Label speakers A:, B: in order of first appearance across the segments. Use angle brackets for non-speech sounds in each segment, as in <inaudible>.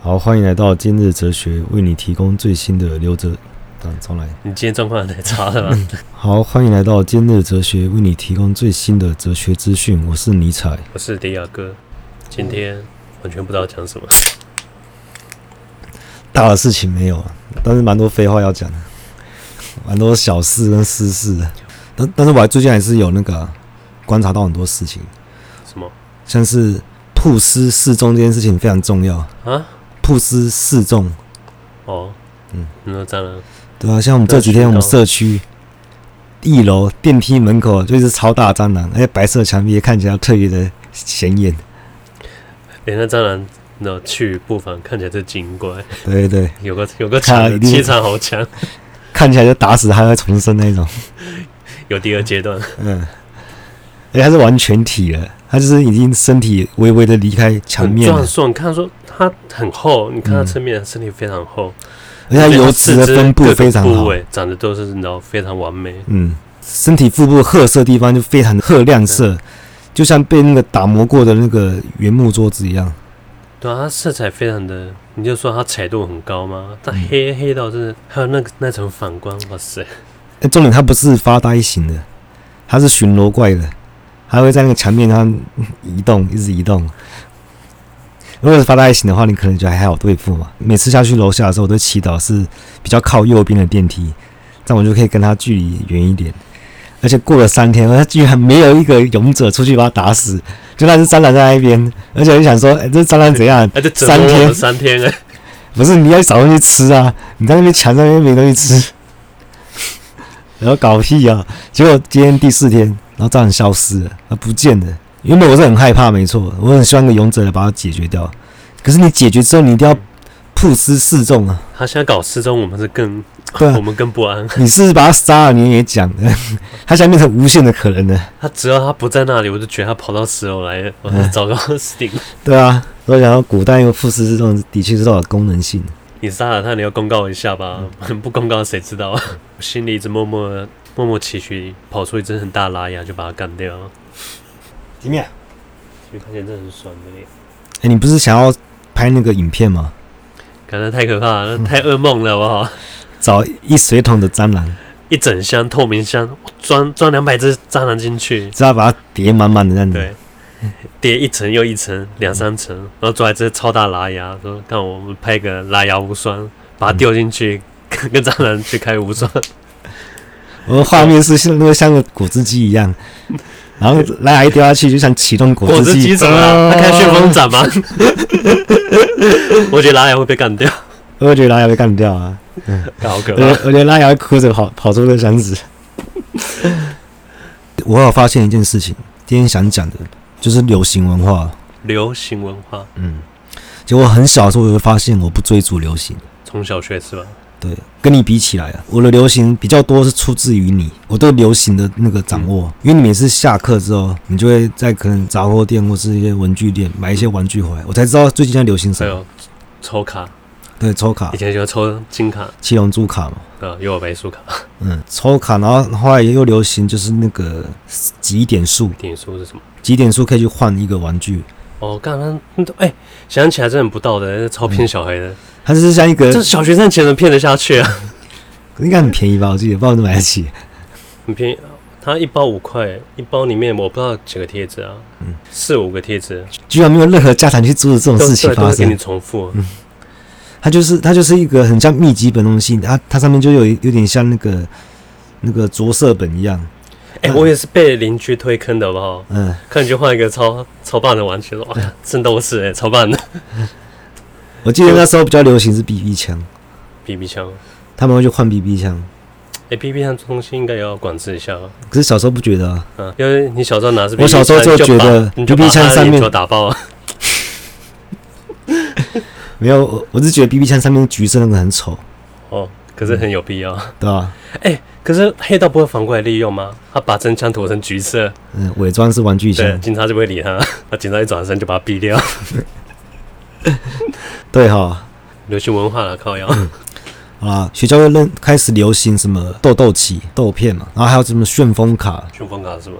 A: 好，欢迎来到今日哲学，为你提供最新的留着。啊，重来。
B: 你今天状况太差了吧？
A: 好，欢迎来到今日哲学，为你提供最新的哲学资讯。我是尼采。
B: 我是迪亚哥，今天完全不知道讲什么。
A: 大的事情没有，啊，但是蛮多废话要讲的，蛮多小事跟私事的。但但是我还最近还是有那个啊、观察到很多事情，
B: 什么
A: 像是曝尸示众这件事情非常重要。
B: 啊？
A: 曝尸示众，
B: 哦，
A: 嗯
B: 嗯，那当然，
A: 对啊，像我们这几天我们社区一楼电梯门口就是超大蟑螂，而且白色墙壁看起来特别的显眼。
B: 连那蟑螂那去不妨看起来就精怪， <laughs>
A: 对对对，
B: 有个有个
A: 看来
B: 强
A: 一定
B: 气场好强，
A: 看起来就打死它会重生那
B: <laughs>
A: 种。
B: 有第二阶
A: <laughs>
B: 段，
A: 嗯，而且它是完全体了，它就是已经身体微微的离开墙
B: 很
A: 面了
B: 壮，硕。你看说它很厚，你看它
A: 嗯
B: 侧面身体非常厚，
A: 而且它油脂的分布
B: 各个
A: 非常
B: 部
A: 好。
B: 位长得都是你知道非常完美，
A: 嗯，身体腹部褐色地方就非常的褐亮色，就像被那个打磨过的那个原木桌子一样。
B: 对啊，它色彩非常的，你就说它彩度很高吗？它黑黑到真的，还有那个那层反光，哇塞！
A: 欸、重点它不是发呆型的，它是巡逻怪的，它会在那个墙面上移动，一直移动。如果是发呆型的话，你可能觉得还好对付嘛。每次下去楼下的时候，我都祈祷是比较靠右边的电梯，这样我就可以跟它距离远一点。而且过了三天， <laughs> 它居然没有一个勇者出去把它打死，就那只蟑螂在那边。而且我就想说，哎、这蟑螂怎样？
B: 哎，这折
A: 三
B: 磨我
A: 天
B: 们三天哎、
A: 不是你要找东西吃啊，你在那边墙上面没东西吃， <laughs> 然后搞屁啊！结果今天第四天，然后蟑螂消失了，它不见了。原本我是很害怕，没错，我很希望一个勇者来把它解决掉。可是你解决之后，你一定要曝尸示众啊！
B: 他现在搞失踪，我们是更，
A: 对 <laughs> 啊
B: 我们更不安。
A: 你是把它杀了，你也讲 <laughs> 的，它现在变成无限的可能了。
B: 他只要他不在那里，我就觉得他跑到十楼来了，我就
A: 嗯
B: 糟糕死定了。
A: 对啊，所以想到古代用曝尸示众的确是有功能性的。
B: 你杀了他，你要公告一下吧，
A: 嗯
B: 不公告谁知道啊？我心里一直默默地默默期许，跑出一只很大拉牙就把它干掉，
A: 怎么样？
B: 因为看起来真的很爽的嘞。
A: 哎，你不是想要拍那个影片吗？
B: 感觉太可怕了，那太噩梦了，好不好？
A: 找一水桶的蟑螂。
B: 一整箱透明箱，装装两百只蟑螂进去，
A: 只要把它叠满满的这样子。
B: 对，叠一层又一层，两三层，然后抓一只超大拉牙，说看我们拍个拉牙无双，把它丢进去，跟跟蟑螂去开无双，
A: 我的画面是像那个像个果汁机一样，然后拉牙一丢下去就像启动果
B: <laughs> 果汁
A: 汁
B: 机
A: 机，
B: 怎么了？它开旋风
A: 啊
B: 斩吗？ <laughs> 我觉得拉牙会被干掉，
A: 我觉得拉牙被干掉啊！
B: <laughs> 好可
A: 我觉
B: 怕
A: 得！我觉得拉牙会哭着跑跑出个箱子。我有发现一件事情，今天想讲的就是流行文化。
B: 流行文化
A: 嗯，就我很小的时候我就发现我不追逐流行。
B: 从小学是吧？
A: 对，跟你比起来啊，我的流行比较多是出自于你，我对流行的那个掌握，因为你每次下课之后，你就会在可能杂货店或是一些文具店买一些玩具回来，我才知道最近在流行
B: 还
A: 什么。
B: 有抽卡，
A: 对，抽卡
B: 以、前喜欢抽金卡，
A: 七龙珠卡嘛，
B: 啊，有我白书卡，
A: 嗯，抽卡，然后后来又流行就是那个几点数，
B: 点数是什么？
A: 几点数可以去换一个玩具，
B: 哦，刚刚哎，想起来真的很不道德，超骗小孩的。
A: 它就是像一个
B: 这小学生钱能骗得下去啊？
A: 应该很便宜吧，我记得，不知道能买得起。
B: 很便宜，它一包五块，一包里面我不知道几个贴纸啊，
A: 嗯
B: 四五个贴纸，
A: 居然没有任何家长去阻止这种
B: 都
A: 事情
B: 对都
A: 发嗯
B: 是给
A: 生
B: 你，重复，
A: 它就是它就是一个很像密集本东西，它它上面就有有点像那个那个着色本一样，
B: 哎、我也是被邻居推坑的，好不好？
A: 嗯，
B: 看你就换一个超超棒的玩具， <laughs> 哇，圣斗士哎、超棒的
A: 我记得那时候比较流行是 BB 枪，
B: BB 枪，
A: 他们会去换 BB 枪，
B: 哎、b b 枪这东西应该也要管制一下啊，
A: 可是小时候不觉得啊，
B: 嗯，因为你小时候拿着 BB
A: 我小时候
B: 枪
A: 就觉得
B: 你就
A: BB
B: 把你就
A: 枪
B: 把他的
A: 上面
B: 脸球打爆啊，
A: 没有，我我是觉得 BB 枪上面橘色那个很丑，
B: 哦，可是很有必要，
A: 对吧、
B: 可是黑道不会反过来利用吗？他把真枪涂成橘色，
A: 嗯，伪装是玩具枪，
B: 对，警察就不会理他，那警察一转身就把他
A: <laughs>
B: 毙掉。
A: 对哈，
B: 流行文化了，靠腰。
A: 好啦，学校会认开始流行什么豆豆棋、豆片嘛，然后还有什么旋风卡，
B: 啊旋风卡是吗？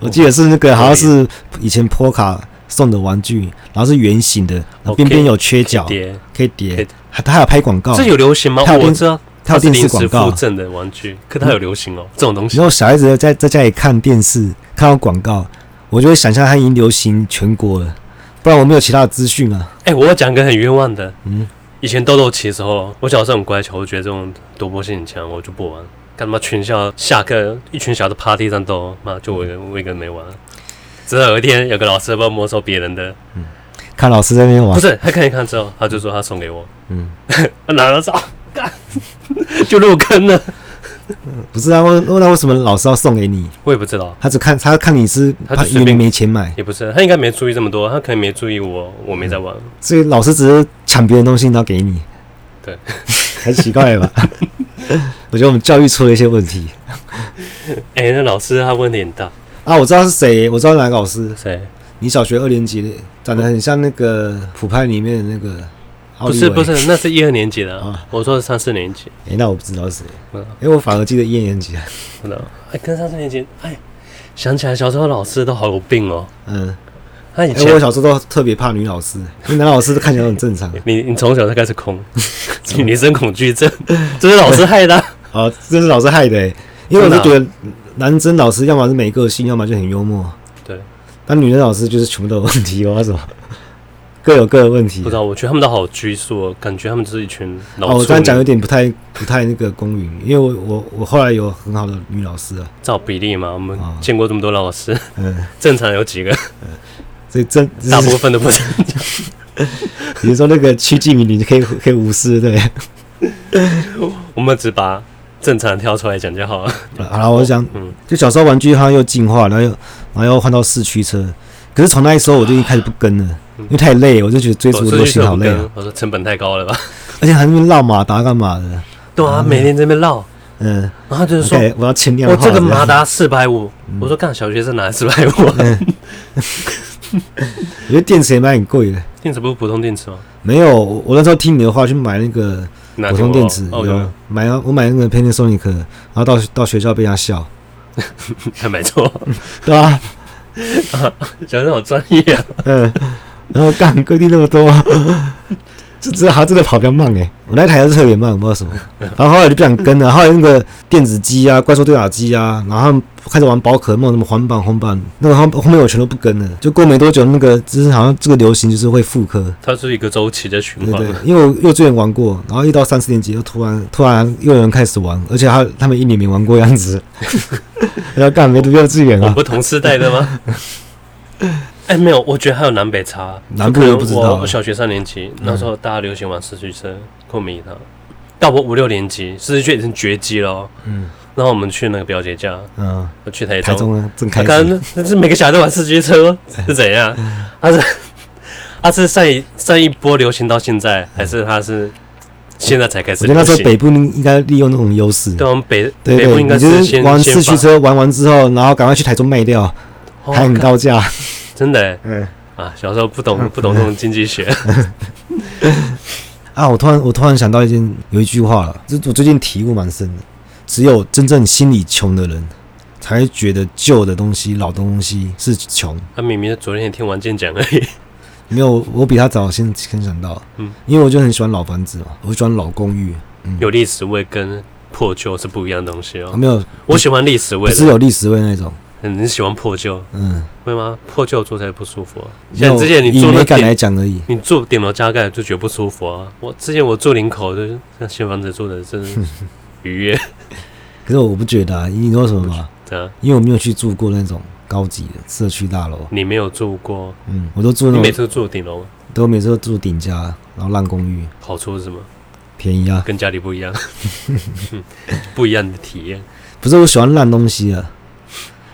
A: 我记得是那个好像是以前波卡送的玩具，然后是圆形的，然后边边有缺角，
B: 叠，
A: 可以
B: 可以
A: 叠。还它还有拍广告，
B: 这有流行吗？
A: 它有
B: 我
A: 哦电
B: 知道
A: 它有
B: 是
A: 电
B: 临
A: 视广
B: 时附
A: 告。嗯
B: 赠的玩具，可它有流行哦，这种东西
A: 然后小孩子在在家里看电视，看到广告，我就会想象它已经流行全国了，不然我没有其他的资讯啊。
B: 哎、我要讲个很冤枉的。
A: 嗯
B: 以前斗斗棋的时候，我小时候很乖巧，我觉得这种赌博性很强，我就不玩。干嘛全校下课，一群小孩都趴地上斗，妈就我一个我一个人没玩。直到有一天，有个老师不知道没收别人的，
A: 看老师在那边
B: 不
A: 玩，
B: 是他看一看之后，他就说他送给我，
A: 嗯，
B: <laughs> 他拿了照，干 <laughs> 就入坑了。
A: 不是啊，问那为什么老师要送给你？
B: 我也不知道，
A: 他只看他看你是
B: 他就
A: 怕
B: 随
A: 因为
B: 便
A: 没钱买，
B: 也不是，他应该没注意这么多，他可能没注意我，我没在玩。
A: 所以老师只是抢别人东西然后给你，
B: 对，
A: <laughs> 很奇怪吧？ <laughs> 我觉得我们教育出了一些问题
B: 哎、那老师他问题很大，
A: 啊！我知道是谁，我知道哪个老师，
B: 谁？
A: 你小学二年级的，长得很像那个普派里面的那个奥
B: 不
A: 利
B: 是
A: 维
B: 不，是，那是一二年级的啊
A: 哦啊，
B: 我说是三四年级。
A: 哎、那我不知道是谁，
B: 嗯
A: 哎、我反而记得一年级啊，
B: 真的，哎，跟上次年级，哎，想起来小时候老师都好有病哦。
A: 嗯，
B: 他以
A: 哎、
B: 前，
A: 我小时候都特别怕女老师，因为男老师都看起来都很
B: <laughs>
A: 正常
B: 你你从小就开始恐
A: <laughs>
B: 女生恐惧症，这是老师害的啊、
A: 啊，这是老师害的、欸，因为我
B: 真的
A: 就觉
B: 啊
A: 得男生老师要么是没个性，要么就很幽默，
B: 对，
A: 但女生老师就是全部都有问题，哦我要什么 <laughs> 各有各的问题
B: 不知。道，我觉得他们都好拘束、哦，感觉他们就是一群老
A: 哦，我
B: 处
A: 刚才讲有
B: 女。
A: 点不太不太那个公允，因为我我我后来有很好的女老师啊，
B: 照比例嘛，我们
A: 哦
B: 见过这么多老师，
A: 嗯，
B: <laughs> 正常有几个？
A: 所以真
B: 大部分都不是。 <laughs>
A: 比如说那个曲靖宇，你就可以可以无视对。
B: 我们只把正常挑出来讲就好了。
A: 好了，我想
B: 嗯，
A: 就小时候玩具它又进化，然后又然后又换到四驱车，可是从那时候我就一开始不跟了，
B: 嗯
A: 因为太累，我就觉得追逐
B: 我
A: 流行好累
B: 跟
A: 啊，
B: 我说成本太高了吧？
A: 而且还在那边绕马达干嘛的，
B: <laughs> 对啊，每天在那边绕，
A: 嗯，
B: 然后就是说，
A: 对，我要前量
B: 我
A: 化
B: 这个
A: 样
B: 马，达四百五，
A: 嗯
B: 我说干小学
A: <laughs>
B: 生哪四百五啊？
A: 我觉得电池也卖很贵的。
B: 电池不是普通电池吗？
A: 没有，我我那时候听你的话去买那个
B: 哪
A: 普通电池，嗯
B: 哦，
A: 有
B: 有，
A: 买我买那个 Panasonic，然后到到学校被人家笑，
B: 还买错，
A: 对啊，
B: 讲得好专业啊！
A: 嗯，然后干规定那么多，就只好真的跑比较慢哎、我那台还是特别慢，我不知道什么，然后后来就不想跟了，后来那个电子机啊、怪兽对打机啊，然后他们开始玩宝可梦，什么环板、红板，那个后后面我全都不跟了，就过没多久，那个就是好像这个流行就是会复刻，
B: 它是一个周期的循
A: 对
B: 环
A: 对，，因为我幼稚园玩过，然后一到三四年级又突然突然又有人开始玩，而且他他们一年没玩过样子， <laughs> 要干没读幼稚园
B: 我们
A: 啊
B: 不？同世代的
A: <laughs>
B: 吗？哎，没有，我觉得还有南北差，
A: 南部
B: 就可能
A: 又不知
B: 我
A: 道嗯
B: 我小学三年级那时候大家流行玩四驱车，酷迷他。到我五六年级，四驱车已经绝迹了哦。
A: 嗯
B: 然后我们去那个表姐家，
A: 嗯，
B: 我去哎台
A: 台
B: 中，
A: 中啊，正
B: 他
A: 开
B: 刚
A: 心，
B: 刚那是每个小孩都玩四
A: <laughs>
B: 驱车是怎样？他是 <laughs> 他是上一上一波流行到现在，还是他是现在才开始
A: 我觉
B: 流
A: 得
B: 行？
A: 那时候北部应该利用那种优势，
B: 对，我们北
A: 对
B: 北部
A: 对，
B: 应该
A: 你就是
B: 先
A: 玩
B: 先
A: 四驱
B: 把，
A: 车玩完之后，然后赶快去台中卖掉，
B: 哦
A: 喊你
B: 看
A: 到价，
B: 真的欸
A: 嗯。
B: 啊！小时候不懂不懂这种经济学， <laughs>
A: 啊，我突然我突然想到一件有一句话了，这我最近体悟蛮深的，只有真正心里穷的人，才会觉得旧的东西、老东西是穷。
B: 他啊明明昨天也听王健讲而已。 <laughs>
A: 没有，我比他早先先想到，
B: 嗯哦
A: 嗯，因为我就很喜欢老房子嘛，我喜欢老公寓，嗯，
B: 有历史味跟破旧是不一样的东西
A: 啊
B: 哦。
A: 没有，
B: 我喜欢历史
A: 不
B: 味
A: 是
B: 的，
A: 有历史味那种，
B: 嗯你喜欢破旧，
A: 嗯，
B: 会吗？破旧住才不舒服啊。
A: 没有
B: 像之前你
A: 以
B: 住那
A: 美感
B: 顶
A: 来讲而已，
B: 你住顶楼加盖就觉得不舒服啊！我之前我住林口，就是像新房子住的，真是愉悦，
A: 可是我不觉得啊，你知道为什么吗？
B: 对啊，
A: 因为我没有去住过那种高级的社区大楼，
B: 你没有住过，
A: 嗯，我都住
B: 你
A: 那
B: 每
A: 种，
B: 次都住顶楼，
A: 都我每次都住顶家，然后烂公寓，
B: 好处是什么？
A: 便宜啊，
B: 跟家里不一样， <laughs> 不一样的体验。
A: 不是我喜欢烂东西啊，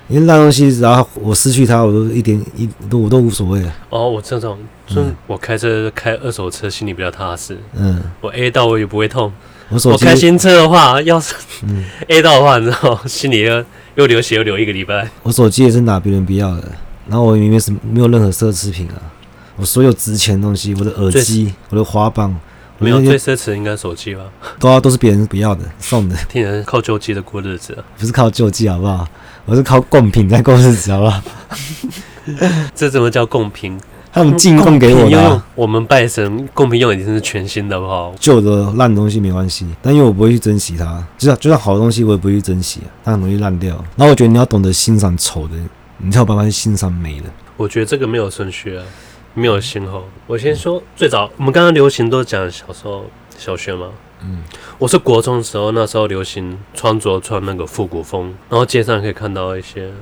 A: 因为烂东西，然后我失去它，我都一点一都我都无所谓了，啊
B: 哦，我这种，就是
A: 嗯
B: 我开车开二手车，心里比较踏实。
A: 嗯，
B: 我 A 到我也不会痛，
A: 我手
B: 我
A: 机
B: 开新车的话，要是
A: 嗯
B: A 到的话，你知道，心里又又流血又流一个礼拜。
A: 我手机也是拿别人不要的，然后我也没什么没有任何奢侈品啊，我所有值钱的东西，我的耳机、我的滑板，我
B: 没
A: 的
B: 有
A: 那
B: 最
A: 些
B: 奢侈的应该手机吧，
A: 都要都是别人不要的送的，
B: 听人靠旧机的过日子啊。
A: 不是靠救济好不好？我是靠贡品在过日子好不好？
B: 这怎么叫共频？
A: 他们进贡给我
B: 共频
A: 的、
B: 用
A: 啊，
B: 我们拜神共频用已经是全新的，好不好？
A: 旧的烂东西没关系，但因为我不会去珍惜它，就算就算好的东西我也不会去珍惜，它很容易烂掉。然后我觉得你要懂得欣赏丑的，你才有办法去欣赏美的。
B: 我觉得这个没有顺序啊，没有先后。我先说最早，我们刚刚流行都讲小时候小学嘛，
A: 嗯，
B: 我是国中的时候，那时候流行穿着穿那个复古风，然后街上可以看到一些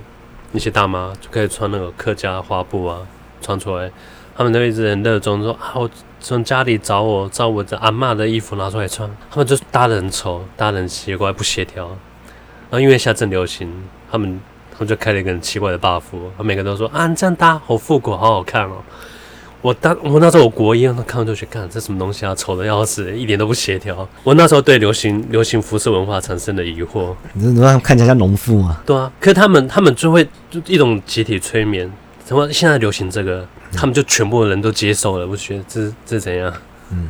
B: 一些大妈就可以穿那个客家花布啊，穿出来，他们都一直很热衷说啊，我从家里找我找我的阿嬷的衣服拿出来穿，他们就是搭的很丑，搭的很奇怪，不协调。然后因为现在正流行，他们他们就开了一个很奇怪的 buff，他每个都说啊，你这样搭好复古，好好看哦。我当我那时候我国一，那看到就去看这什么东西啊，丑的要死，一点都不协调。我那时候对流行流行服饰文化产生了疑惑。
A: 你这能让他们看起来像农妇吗？
B: 对啊，可是他们他们就会就一种集体催眠，什么现在流行这个，他们就全部人都接受了，我觉得这这是怎样？
A: 嗯，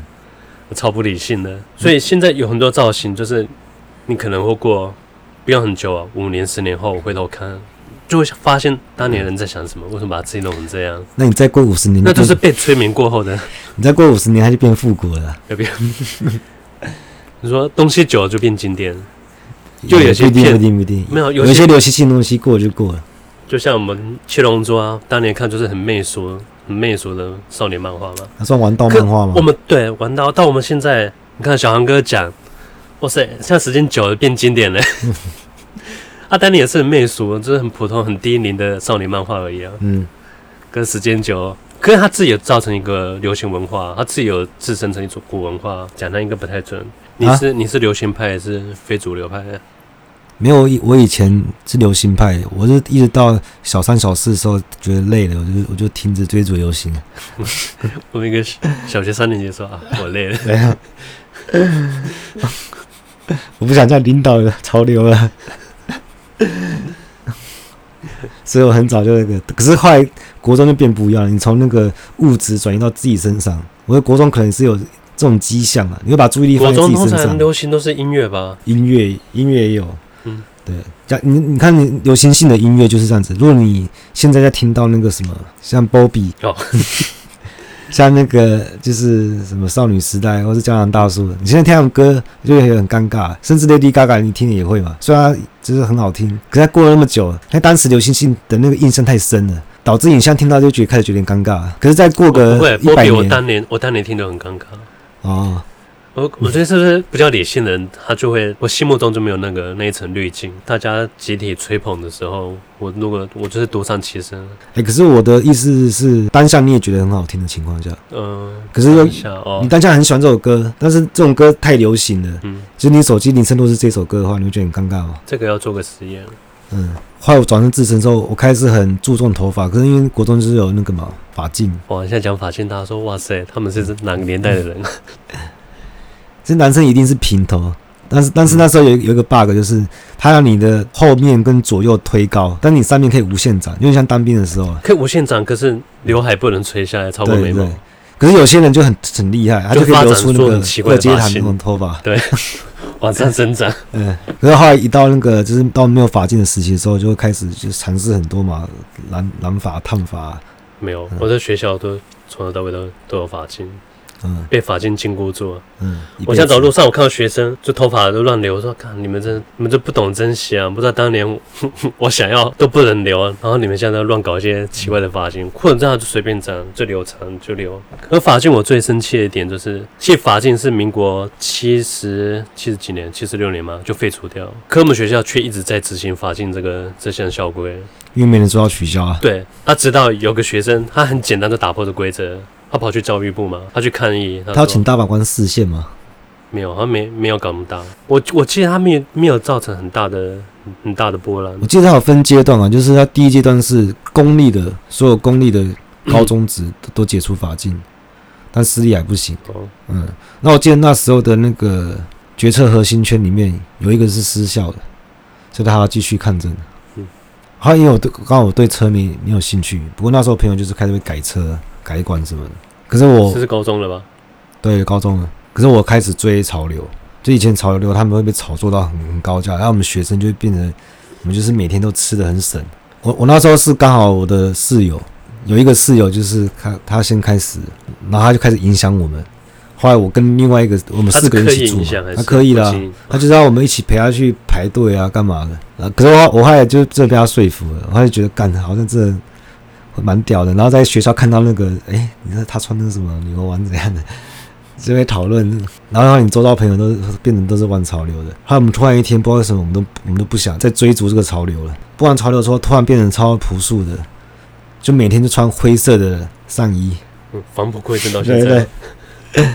B: 我超不理性的。所以现在有很多造型，就是你可能会过不用很久啊，五年十年后我回头看，就会发现当年人在想什么，为什么把自己弄成这样？
A: 那你再过五十年，
B: 那就是
A: 变
B: 被催眠过后的。
A: 你再过五十年，它就变复古了啊。
B: 你说东西久了就变经典，就有些
A: 不一定，不
B: 片
A: 一定，不一定。
B: 没有
A: 有
B: 有些
A: 些流行性的东西过了就过了。
B: 就像我们七龙珠啊，当年看就是很媚俗、很媚俗的少年漫画嘛。
A: 那算玩盗
B: 可
A: 漫画吗
B: 我？们对玩到到我们现在，你看小航哥讲，哇塞，现在时间久了变经典
A: <laughs>
B: 了。阿丹尼也是很媚俗，就是很普通、很低龄的少年漫画而已啊。
A: 嗯，
B: 跟时间久了，可是他自己也造成一个流行文化，他自己有自身成一种古文化，讲的应该不太准。你
A: 啊
B: 是、你是流行派还是非主流派？啊
A: 没有，我以我以前是流行派，我是一直到小三、小四的时候觉得累了，我就我就停止追逐流行了。
B: 我们一个
A: <laughs>
B: 小小学三年级说啊，我累了，
A: 对啊， <laughs> 我不想再领导潮流了，所以我很早就那个，可是后来国中就变不一样了，你从那个物质转移到自己身上。我的国中可能是有这种迹象啊，你会把注意力
B: 国
A: 放在自
B: 中
A: 己
B: 通
A: 身
B: 常
A: 上。
B: 流行都是音乐吧？
A: 音乐音乐也有，
B: 嗯，
A: 对，像你你看你流行性的音乐就是这样子。如果你现在在听到那个什么，像 Bobby，、
B: 哦
A: <laughs> 像那个就是什么少女时代或是江南大叔，你现在听他们歌就会很尴尬，甚至 Lady Gaga 你听了也会嘛，虽然它就是很好听，可是它过了那么久，它当时流行性的那个印象太深了。导致你现在听到就觉得开始觉得有点尴尬，可是再过
B: 我哦不
A: 个
B: 会，
A: 一
B: 波
A: 百
B: 比，我
A: 年
B: 当年我当年听得很尴尬。
A: 哦，
B: 我我觉得是不是比较理性的人，他就会我心目中就没有那个那一层滤镜。大家集体吹捧的时候，我如果我就是独善其身，
A: 哎、可是我的意思是，单向你也觉得很好听的情况下，
B: 嗯、
A: 可是又
B: 看一下哦
A: 你，当下很喜欢这首歌，但是这种歌太流行了，
B: 嗯，
A: 就是你手机铃声都是这首歌的话，你会觉得很尴尬吗？
B: 这个要做个实验。
A: 嗯。后来我转成自身之后，我开始很注重头发，可是因为国中就是有那个嘛发镜，
B: 哇，现在讲法信，大家说哇塞，他们是哪个年代的人？ <laughs>
A: 其实男生一定是平头，但是但
B: 嗯
A: 是那时候有一有一个 bug，就是它让你的后面跟左右推高，但你上面可以无限长，因为像当兵的时候啊，
B: 可以无限长，可是刘海不能垂下来超过
A: 对
B: 眉毛
A: 对。。可是有些人就很很厉害，他
B: 就
A: 可以
B: 发
A: 留
B: 展
A: 出那
B: 出
A: 个
B: 很奇怪
A: 二
B: 的
A: 阶
B: 发
A: 堂那
B: 型
A: 种头发，
B: 往上生长， <laughs>
A: 嗯，可是后来一到那个就是到没有发镜的时期的时候，就会开始就尝试很多嘛染染发、烫发，啊
B: 没有，我在学校都从头到尾都都有发巾，
A: 嗯
B: 被发巾禁锢住了。
A: 嗯。一
B: 我
A: 辈
B: 现在走
A: 子
B: 路上，我看到学生就头发都乱留，我说：“看你们这你们这不懂珍惜啊！不知道当年 <laughs> 我我想要都不能留啊，然后你们现在乱搞一些奇怪的发型，或者这样就随便长，就留长就留。可发型我最生气的一点就是，其实发型是民国七十七十几年、七十六年嘛就废除掉，可我们学校却一直在执行发型这个这项校规。
A: 因为没人说要取消啊。
B: 对，他直到有个学生，他很简单的打破这规则，他跑去教育部嘛，他去抗议，
A: 他要
B: 说
A: 请大法官视线嘛？
B: 没有，他没没有搞那么大。我我记得他没有没有造成很大的很大的波澜
A: 我。记得他有分阶段啊，就是他第一阶段是公立的，所有公立的高中职都都解除法禁，但私立还不行。
B: 哦，
A: 嗯，那我记得那时候的那个决策核心圈里面有一个是失效的，所以他还要继续抗争。嗯
B: 嗯，
A: 好，因为我对刚好我对车没没有兴趣，不过那时候朋友就是开始会改车、改管什么的。可是我
B: 哦这是高中了吧？
A: 对，高中了。可是我开始追潮流，就以前潮流他们会被炒作到很很高价，然后我们学生就会变成，我们就是每天都吃的很省，我我那时候是刚好我的室友有一个室友，就是他他先开始，然后他就开始影响我们。后来我跟另外一个我们
B: 他
A: 四
B: 是
A: 个人
B: 刻
A: 一
B: 意
A: 起住
B: 影
A: 嘛
B: 响还，是
A: 他刻意的、
B: 不
A: 啊
B: 经，意
A: <laughs> 他就是让我们一起陪他去排队啊，干嘛的。啊，可是我我后来就真的被他说服了，我后来就觉得干好像这蛮屌的。然后在学校看到那个，哎、你看他穿那个什么女魔丸怎样的， <laughs> 就会讨论。然后你周遭朋友都变成都是玩潮流的。后来我们突然一天不知道为什么，我们都我们都不想再追逐这个潮流了。不玩潮流之后，突然变成超朴素的，就每天就穿灰色的上衣，
B: 嗯，返璞归真到现
A: 对对 <laughs>
B: 在，。啊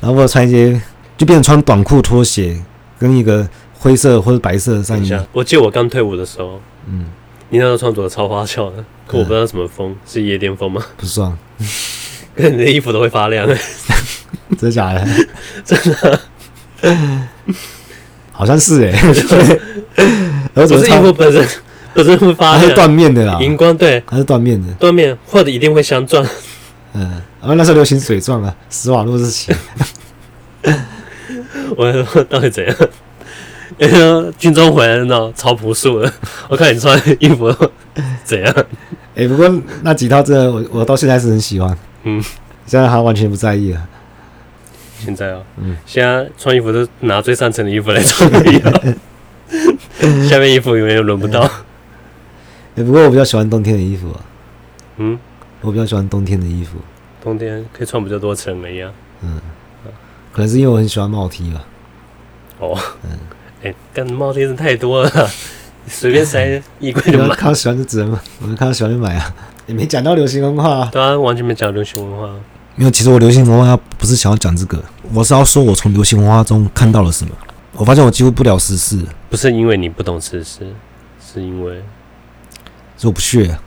A: 然后我穿一些，就变成穿短裤、拖鞋，跟一个灰色或者白色的上
B: 等一
A: 衣。
B: 下，我记得我刚退伍的时候，
A: 嗯，
B: 你那时候穿着得超花俏的，可我不知道什么风，是夜店风吗？ <laughs>
A: 不算， <laughs>
B: 你的衣服都会发亮，
A: 真的假
B: <laughs>
A: 的？真的，好像是哎、
B: <laughs>
A: 然后怎
B: 不
A: 么
B: 是衣
A: 穿啊
B: 服？本身本身会发
A: 它 <laughs> 是缎
B: 亮，
A: 面的啦，
B: 荧光对
A: 它是缎面的。
B: 缎面或者一定会镶钻，
A: 嗯，然后那时候流行水钻啊，施瓦洛世
B: <laughs>
A: 奇。
B: 我说到底怎样？因为军中回来那超朴素的，我看你穿衣服怎样？
A: 哎、不过那几套真的我我到现在还是很喜欢。
B: 嗯，
A: 现在他完全不在意了。
B: 现在啊、
A: 嗯
B: 现在穿衣服都拿最上层的衣服来穿衣啊， <laughs> 下面衣服永远轮不到。
A: 哎、不过我比较喜欢冬天的衣服、啊，
B: 嗯，
A: 我比较喜欢冬天的衣服。
B: 冬天可以穿比较多层啊了呀。
A: 可能是因为我很喜欢帽 T 啊吧。
B: 哎、干帽贴子太多了，随便塞
A: <laughs>
B: 衣柜就
A: 然后
B: 买。 <laughs>
A: 看到喜欢就只能买，我就看到喜欢就买啊。也没讲到流行文化、啊，
B: 对啊，完全没讲流行文化。
A: 没有。其实我流行文化不是想要讲这个，我是要说我从流行文化中看到了什么。我发现我几乎不聊时事，
B: 不是因为你不懂时事，是因为
A: 所以我不屑，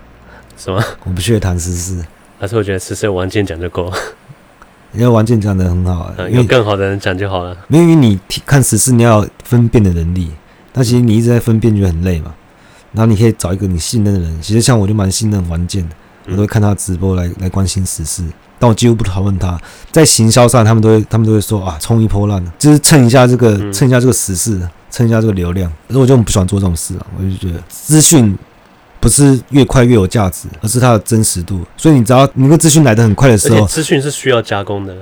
B: 什么？ <laughs>
A: 我不屑谈时事。
B: 还是我觉得时事我完全讲就够了，
A: 因为王健讲的很好、啊，
B: 嗯
A: 因
B: <laughs> 有
A: 为
B: 更好的人讲就好了。
A: 因为你听看时事，你要有分辨的能力。那其实你一直在分辨，就很累嘛。然后你可以找一个你信任的人。其实像我就蛮信任王健的，我
B: 嗯
A: 都会看他直播来来关心时事。但我几乎不讨论他。在行销上，他们都会他们都会说啊，冲一波浪，就是蹭一下这个
B: 嗯
A: 蹭一下这个时事，蹭一下这个流量。可是我就很不喜欢做这种事啊，我就觉得资讯。不是越快越有价值，而是它的真实度。所以你只要你那个资讯来的很快的
B: 而
A: 时
B: 且
A: 候，
B: 资讯是需要加工的，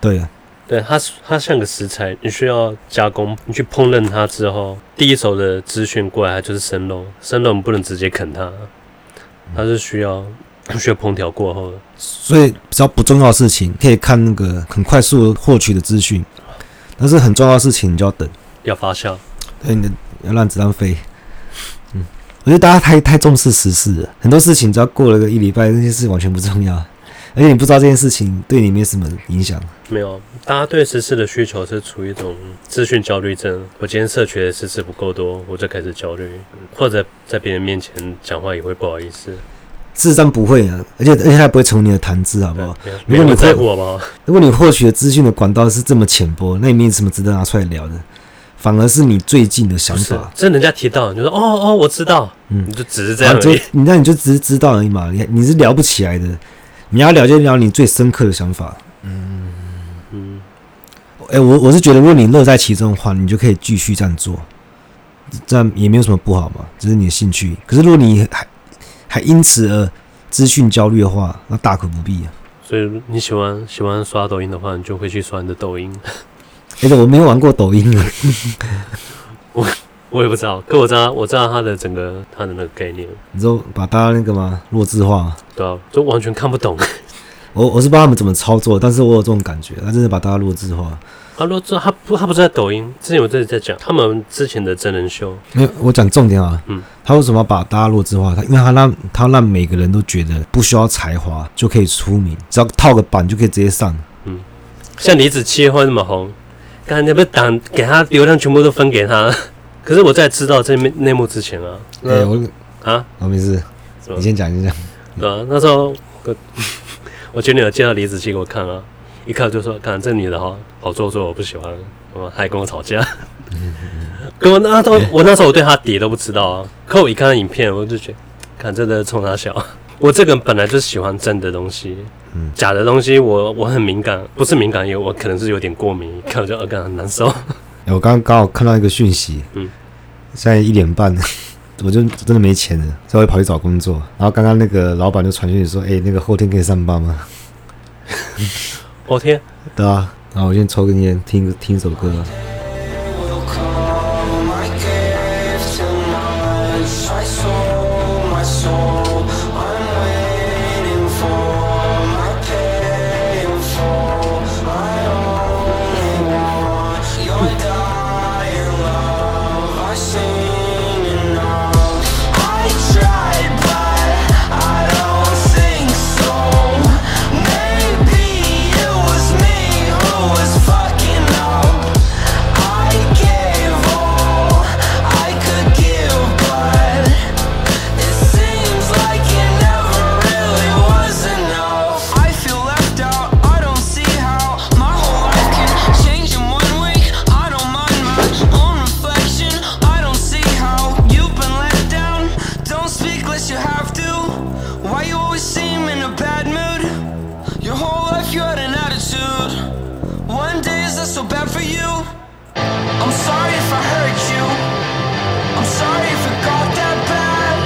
A: 对，啊
B: 对它是它像个食材，你需要加工，你去烹饪它之后，第一手的资讯过来，它就是生肉，生肉你不能直接啃它，
A: 嗯
B: 它是需要需要烹调过后的。
A: 所以比较不重要的事情，可以看那个很快速获取的资讯，但是很重要的事情你就要等，
B: 要发酵，
A: 对，你的要让子弹飞。嗯，我觉得大家太太重视时事了，很多事情只要过了个一礼拜，那些事完全不重要，而且你不知道这件事情对你没什么影响。
B: 没有，大家对时事的需求是处于一种资讯焦虑症。我今天摄取的时事不够多，我就开始焦虑，或者在别人面前讲话也会不好意思。
A: 事实上不会啊，而且而且它也不会成为你的谈资，好不
B: 对
A: 好？，
B: 没
A: 哦如果
B: 有
A: 你
B: 人在
A: 会
B: 乎好不好？
A: 如果你获取的资讯的管道是这么浅薄，那也没什么值得拿出来聊的，反而是你最近的想
B: 不是啊
A: 法，。
B: 这人家提到，你就说哦哦，我知道，
A: 嗯
B: 你就只是这
A: 然
B: 样
A: 后
B: 而
A: 就
B: 已。
A: 你那你就只是知道而已嘛，你你是聊不起来的。你要了就聊你最深刻的想法。
B: 嗯，
A: 哎、我我是觉得，如果你乐在其中的话，你就可以继续这样做，这样也没有什么不好嘛，只是你的兴趣。可是如果你还还因此而资讯焦虑的话，那大可不必啊。
B: 所以你喜欢喜欢刷抖音的话，你就会去刷你的抖音。 <laughs>
A: 而且哎我没有玩过抖音啊，
B: 我也不知道，可我知道我知道它的整个它的那个概念，
A: 你知道把它那个嘛弱智化嘛。
B: 对啊，就完全看不懂。 <laughs>
A: 我我是不知道他们怎么操作，但是我有这种感觉，他真的把它弱智化。
B: 他说这他不他不是在抖音，之前我这里在讲他们之前的真人秀，
A: 没有，我讲重点啊。
B: 嗯，
A: 他为什么要把大家弱智化？他因为他让他让每个人都觉得不需要才华就可以出名，只要套个板就可以直接上。
B: 像李子柒会那么红，刚才被党给他流量全部都分给他。 <laughs> 可是我在知道这内内幕之前啊，
A: 哎、我
B: 啊，
A: 我没事，
B: 什么
A: 你先讲，你先讲。
B: 对啊，那时候我 <laughs> 我前女友介绍李子柒给我看啊，一看就说，看这女的好好做作，我不喜欢，我还跟我吵架。 <laughs> 跟我那时候，我那时候我对她底都不知道啊。可我一看到影片，我就觉得，看真的冲她笑。 <laughs> 我这个人本来就喜欢真的东西，
A: 嗯
B: 假的东西我我很敏感，不是敏感，有我可能是有点过敏，看我就呃感很难受。 <laughs>
A: 哎我刚刚刚好看到一个讯息，
B: 嗯，
A: 现在一点半， <laughs> 我就真的没钱了，所以我就跑去找工作。然后刚刚那个老板就传讯息说：“哎、那个后天可以上班吗
B: 我、天，？”
A: 对啊，然后我先抽根烟，听听一首歌。
C: Will come, I gave too much. I sold my soul. I'm waiting for my painful. I only want your dying love. I sing enough. I tried, but I don't think so. Maybe it was me who was fucking up. I gave all I could give, but it seems like it never really was enough. I feel left out. I don't see how my whole life can change in one week. I don't mind my own reflection. I don't see how you've been let down. Don't speak unless you have to. Why you always seem in a bad mood? Your whole life you had an attitude. One day is that so bad for you? I'm sorry if I hurt you. I'm sorry if it got that bad.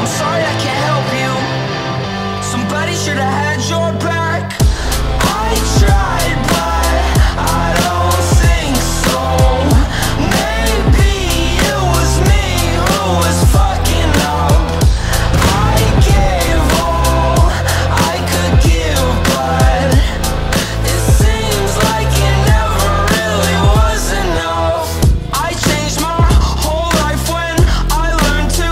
C: I'm sorry I can't help you. Somebody should have had your back. I tried, but I don't think so. Maybe it was me who was fucking up. I gave all I could give, but. It seems like it never really was enough. I changed my whole life when I learned to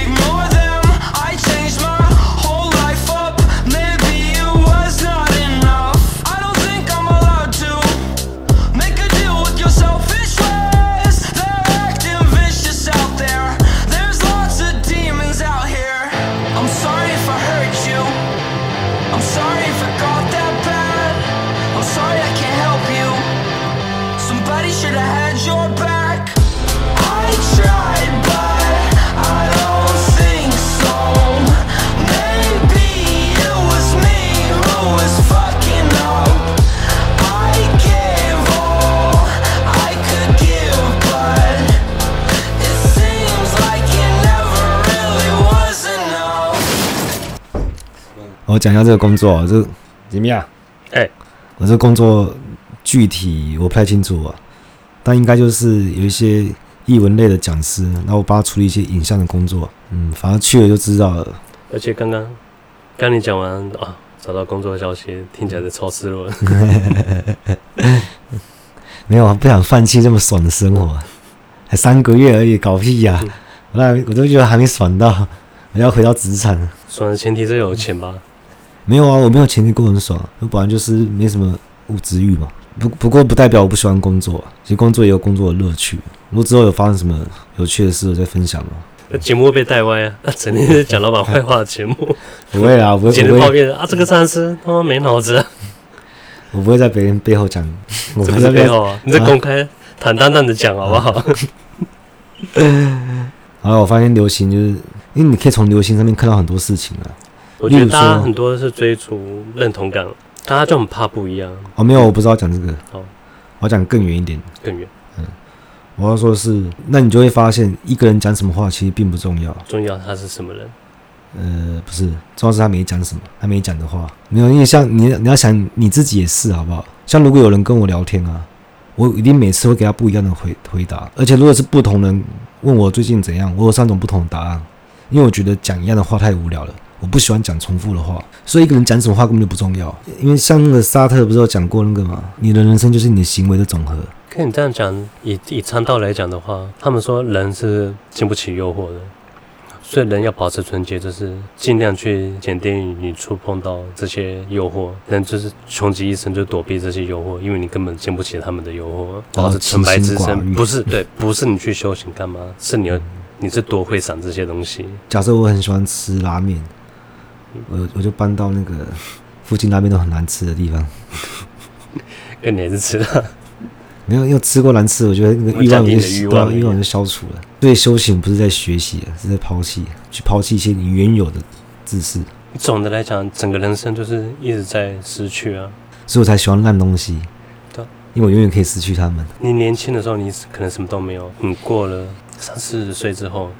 C: ignore them. I changed my whole life up. Maybe it was not enough. I don't think I'm allowed to make a deal with your selfish ways. They're acting vicious out there. There's lots of demons out here. I'm sorry if I hurt you. I'm sorry if it got that bad. I'm sorry I can't help you. Somebody should have had your back. I tried, but I don't think so. Maybe it was me who was fucking up. I gave all I could give, but it seems like it never really was enough.
A: 我讲一下这个工作，啊这怎么样？
B: 哎
A: 我这工作具体我不太清楚啊，但应该就是有一些译文类的讲师，然后我帮他处理一些影像的工作。嗯，反正去了就知道了。
B: 而且刚刚刚你讲完啊，找到工作的消息，听起来是超失落的。 <laughs>
A: 没有啊，不想放弃这么爽的生活，还三个月而已，搞屁呀、我那我都觉得还没爽到，我要回到职场。
B: 算了，前提是有钱吧。
A: 没有啊，我没有钱就过很爽，我本来就是没什么物质欲嘛。不不过不代表我不喜欢工作啊，其实工作也有工作的乐趣。如果之后有发生什么有趣的事，我再分
B: <laughs>
A: 享嘛。
B: 那节目会被带
A: <laughs>
B: 歪啊，那整天在讲老板坏话的节目，
A: 不会啦，我不会，
B: 简
A: 我
B: 直
A: 不
B: 抱
A: 会，
B: 怨啊，这个上司他妈没脑子、啊，
A: 我不会在别人背
B: <laughs>
A: 后讲， <laughs> 我
B: 这
A: 不会
B: 不是
A: 在
B: 背
A: 背后。
B: 后啊，你这公开坦荡荡的讲好不好？
A: 啊好了，我发现流行就是，因为你可以从流行上面看到很多事情啊。
B: <laughs> 我觉
A: 例
B: 得
A: 如
B: 大家
A: 说
B: 很多是追逐认同感，大家就很怕不一样，
A: 哦，没有，我不知道讲这个，
B: 好
A: 我要讲更远一点。
B: 更远
A: 我要说的是，那你就会发现，一个人讲什么话其实并不重要。
B: 重要他是什么人，
A: 呃，不是，重要是他没讲什么，他没讲的话，没有，因为像你，你要想你自己也是，好不好？像如果有人跟我聊天啊，我一定每次会给他不一样的回回答，而且如果是不同人问我最近怎样，我有三种不同的答案，因为我觉得讲一样的话太无聊了，我不喜欢讲重复的话，所以一个人讲什么话根本就不重要，因为像那个沙特不是有讲过那个嘛，你的人生就是你的行为的总和，
B: 跟你这样讲，以以参道来讲的话，他们说人是经不起诱惑的，所以人要保持纯洁，就是尽量去减低你触碰到这些诱惑。人就是穷极一生就躲避这些诱惑，因为你根本经不起他们的诱惑，然后是纯白之
A: 哦清心寡
B: 身。
A: 欲嗯
B: 不是对，不是你去修行干嘛？是你要你是多会赏这些东西，
A: 假设我很喜欢吃拉面，我我就搬到那个附近拉面都很难吃的地方。
B: 跟你也是吃的。 <laughs>
A: 没有，因为吃过难吃，我觉得那个欲望
B: 我降
A: 就
B: 低你的欲望
A: 对啊欲望就消除了。对，修行不是在学习，是在抛弃，去抛弃一些你原有的知识，
B: 总的来讲，整个人生就是一直在失去啊。
A: 所以我才喜欢烂东西
B: 对啊。
A: 因为我永远可以失去它们。
B: 你年轻的时候，你可能什么都没有，你过了三四十岁之后，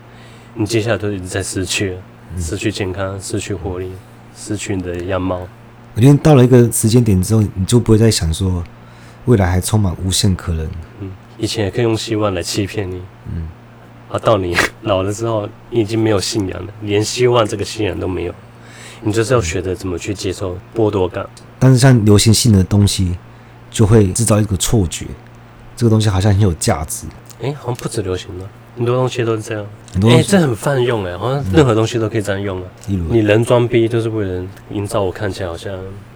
B: 你接下来都一直在失去了，
A: 嗯
B: 失去健康，失去活力，失去你的样貌。
A: 我觉得到了一个时间点之后，你就不会再想说未来还充满无限可能。
B: 以前也可以用希望来欺骗你，嗯，啊，到你老了之后，你已经没有信仰了，连希望这个信仰都没有，你就是要学着怎么去接受剥夺感。
A: 但是像流行性的东西，就会制造一个错觉，这个东西好像很有价值。
B: 诶，好像不止流行了，很多东西都是这样。
A: 很多
B: 诶，
A: 东西
B: 这很泛用诶，好像任何东西都可以哎这样用啊。
A: 例如
B: 你人装逼就是为了营造我看起来好像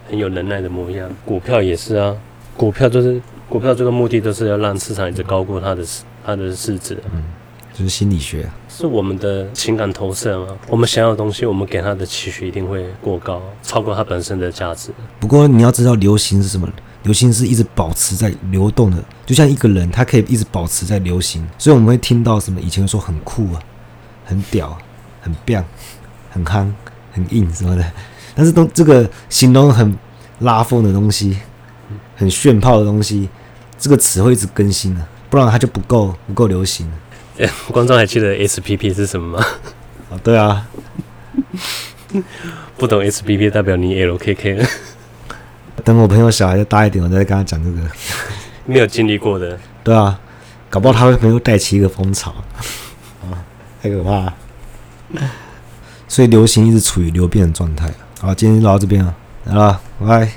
B: 很有能耐的模样。股票也是啊，股票就是股票最终目的都是要让市场一直高过它的市它的市值啊，
A: 嗯就是心理学啊、
B: 是我们的情感投射嘛。我们想要的东西，我们给它的期许一定会过高，超过它本身的价值。 <laughs>
A: 不过你要知道，流行是什么？流行是一直保持在流动的，就像一个人，他可以一直保持在流行。所以我们会听到什么？以前说很酷啊，很屌啊、很棒、很夯、很硬什么的。但是东这个形容很拉风的东西，很炫炮的东西，这个词会一直更新啊，不然它就不够不够流行啊。
B: 诶观众还记得 SPP 是什么吗？
A: 哦对啊，
B: 不懂 SPP 代表你 LKK 了
A: 等我朋友小孩再大一点，我再跟他讲这个。
B: 没有经历过的。
A: 对啊，搞不好他会没有带起一个风潮，啊，太可怕了。啊所以流行一直处于流变的状态。好，今天就聊到这边了，好了，拜拜。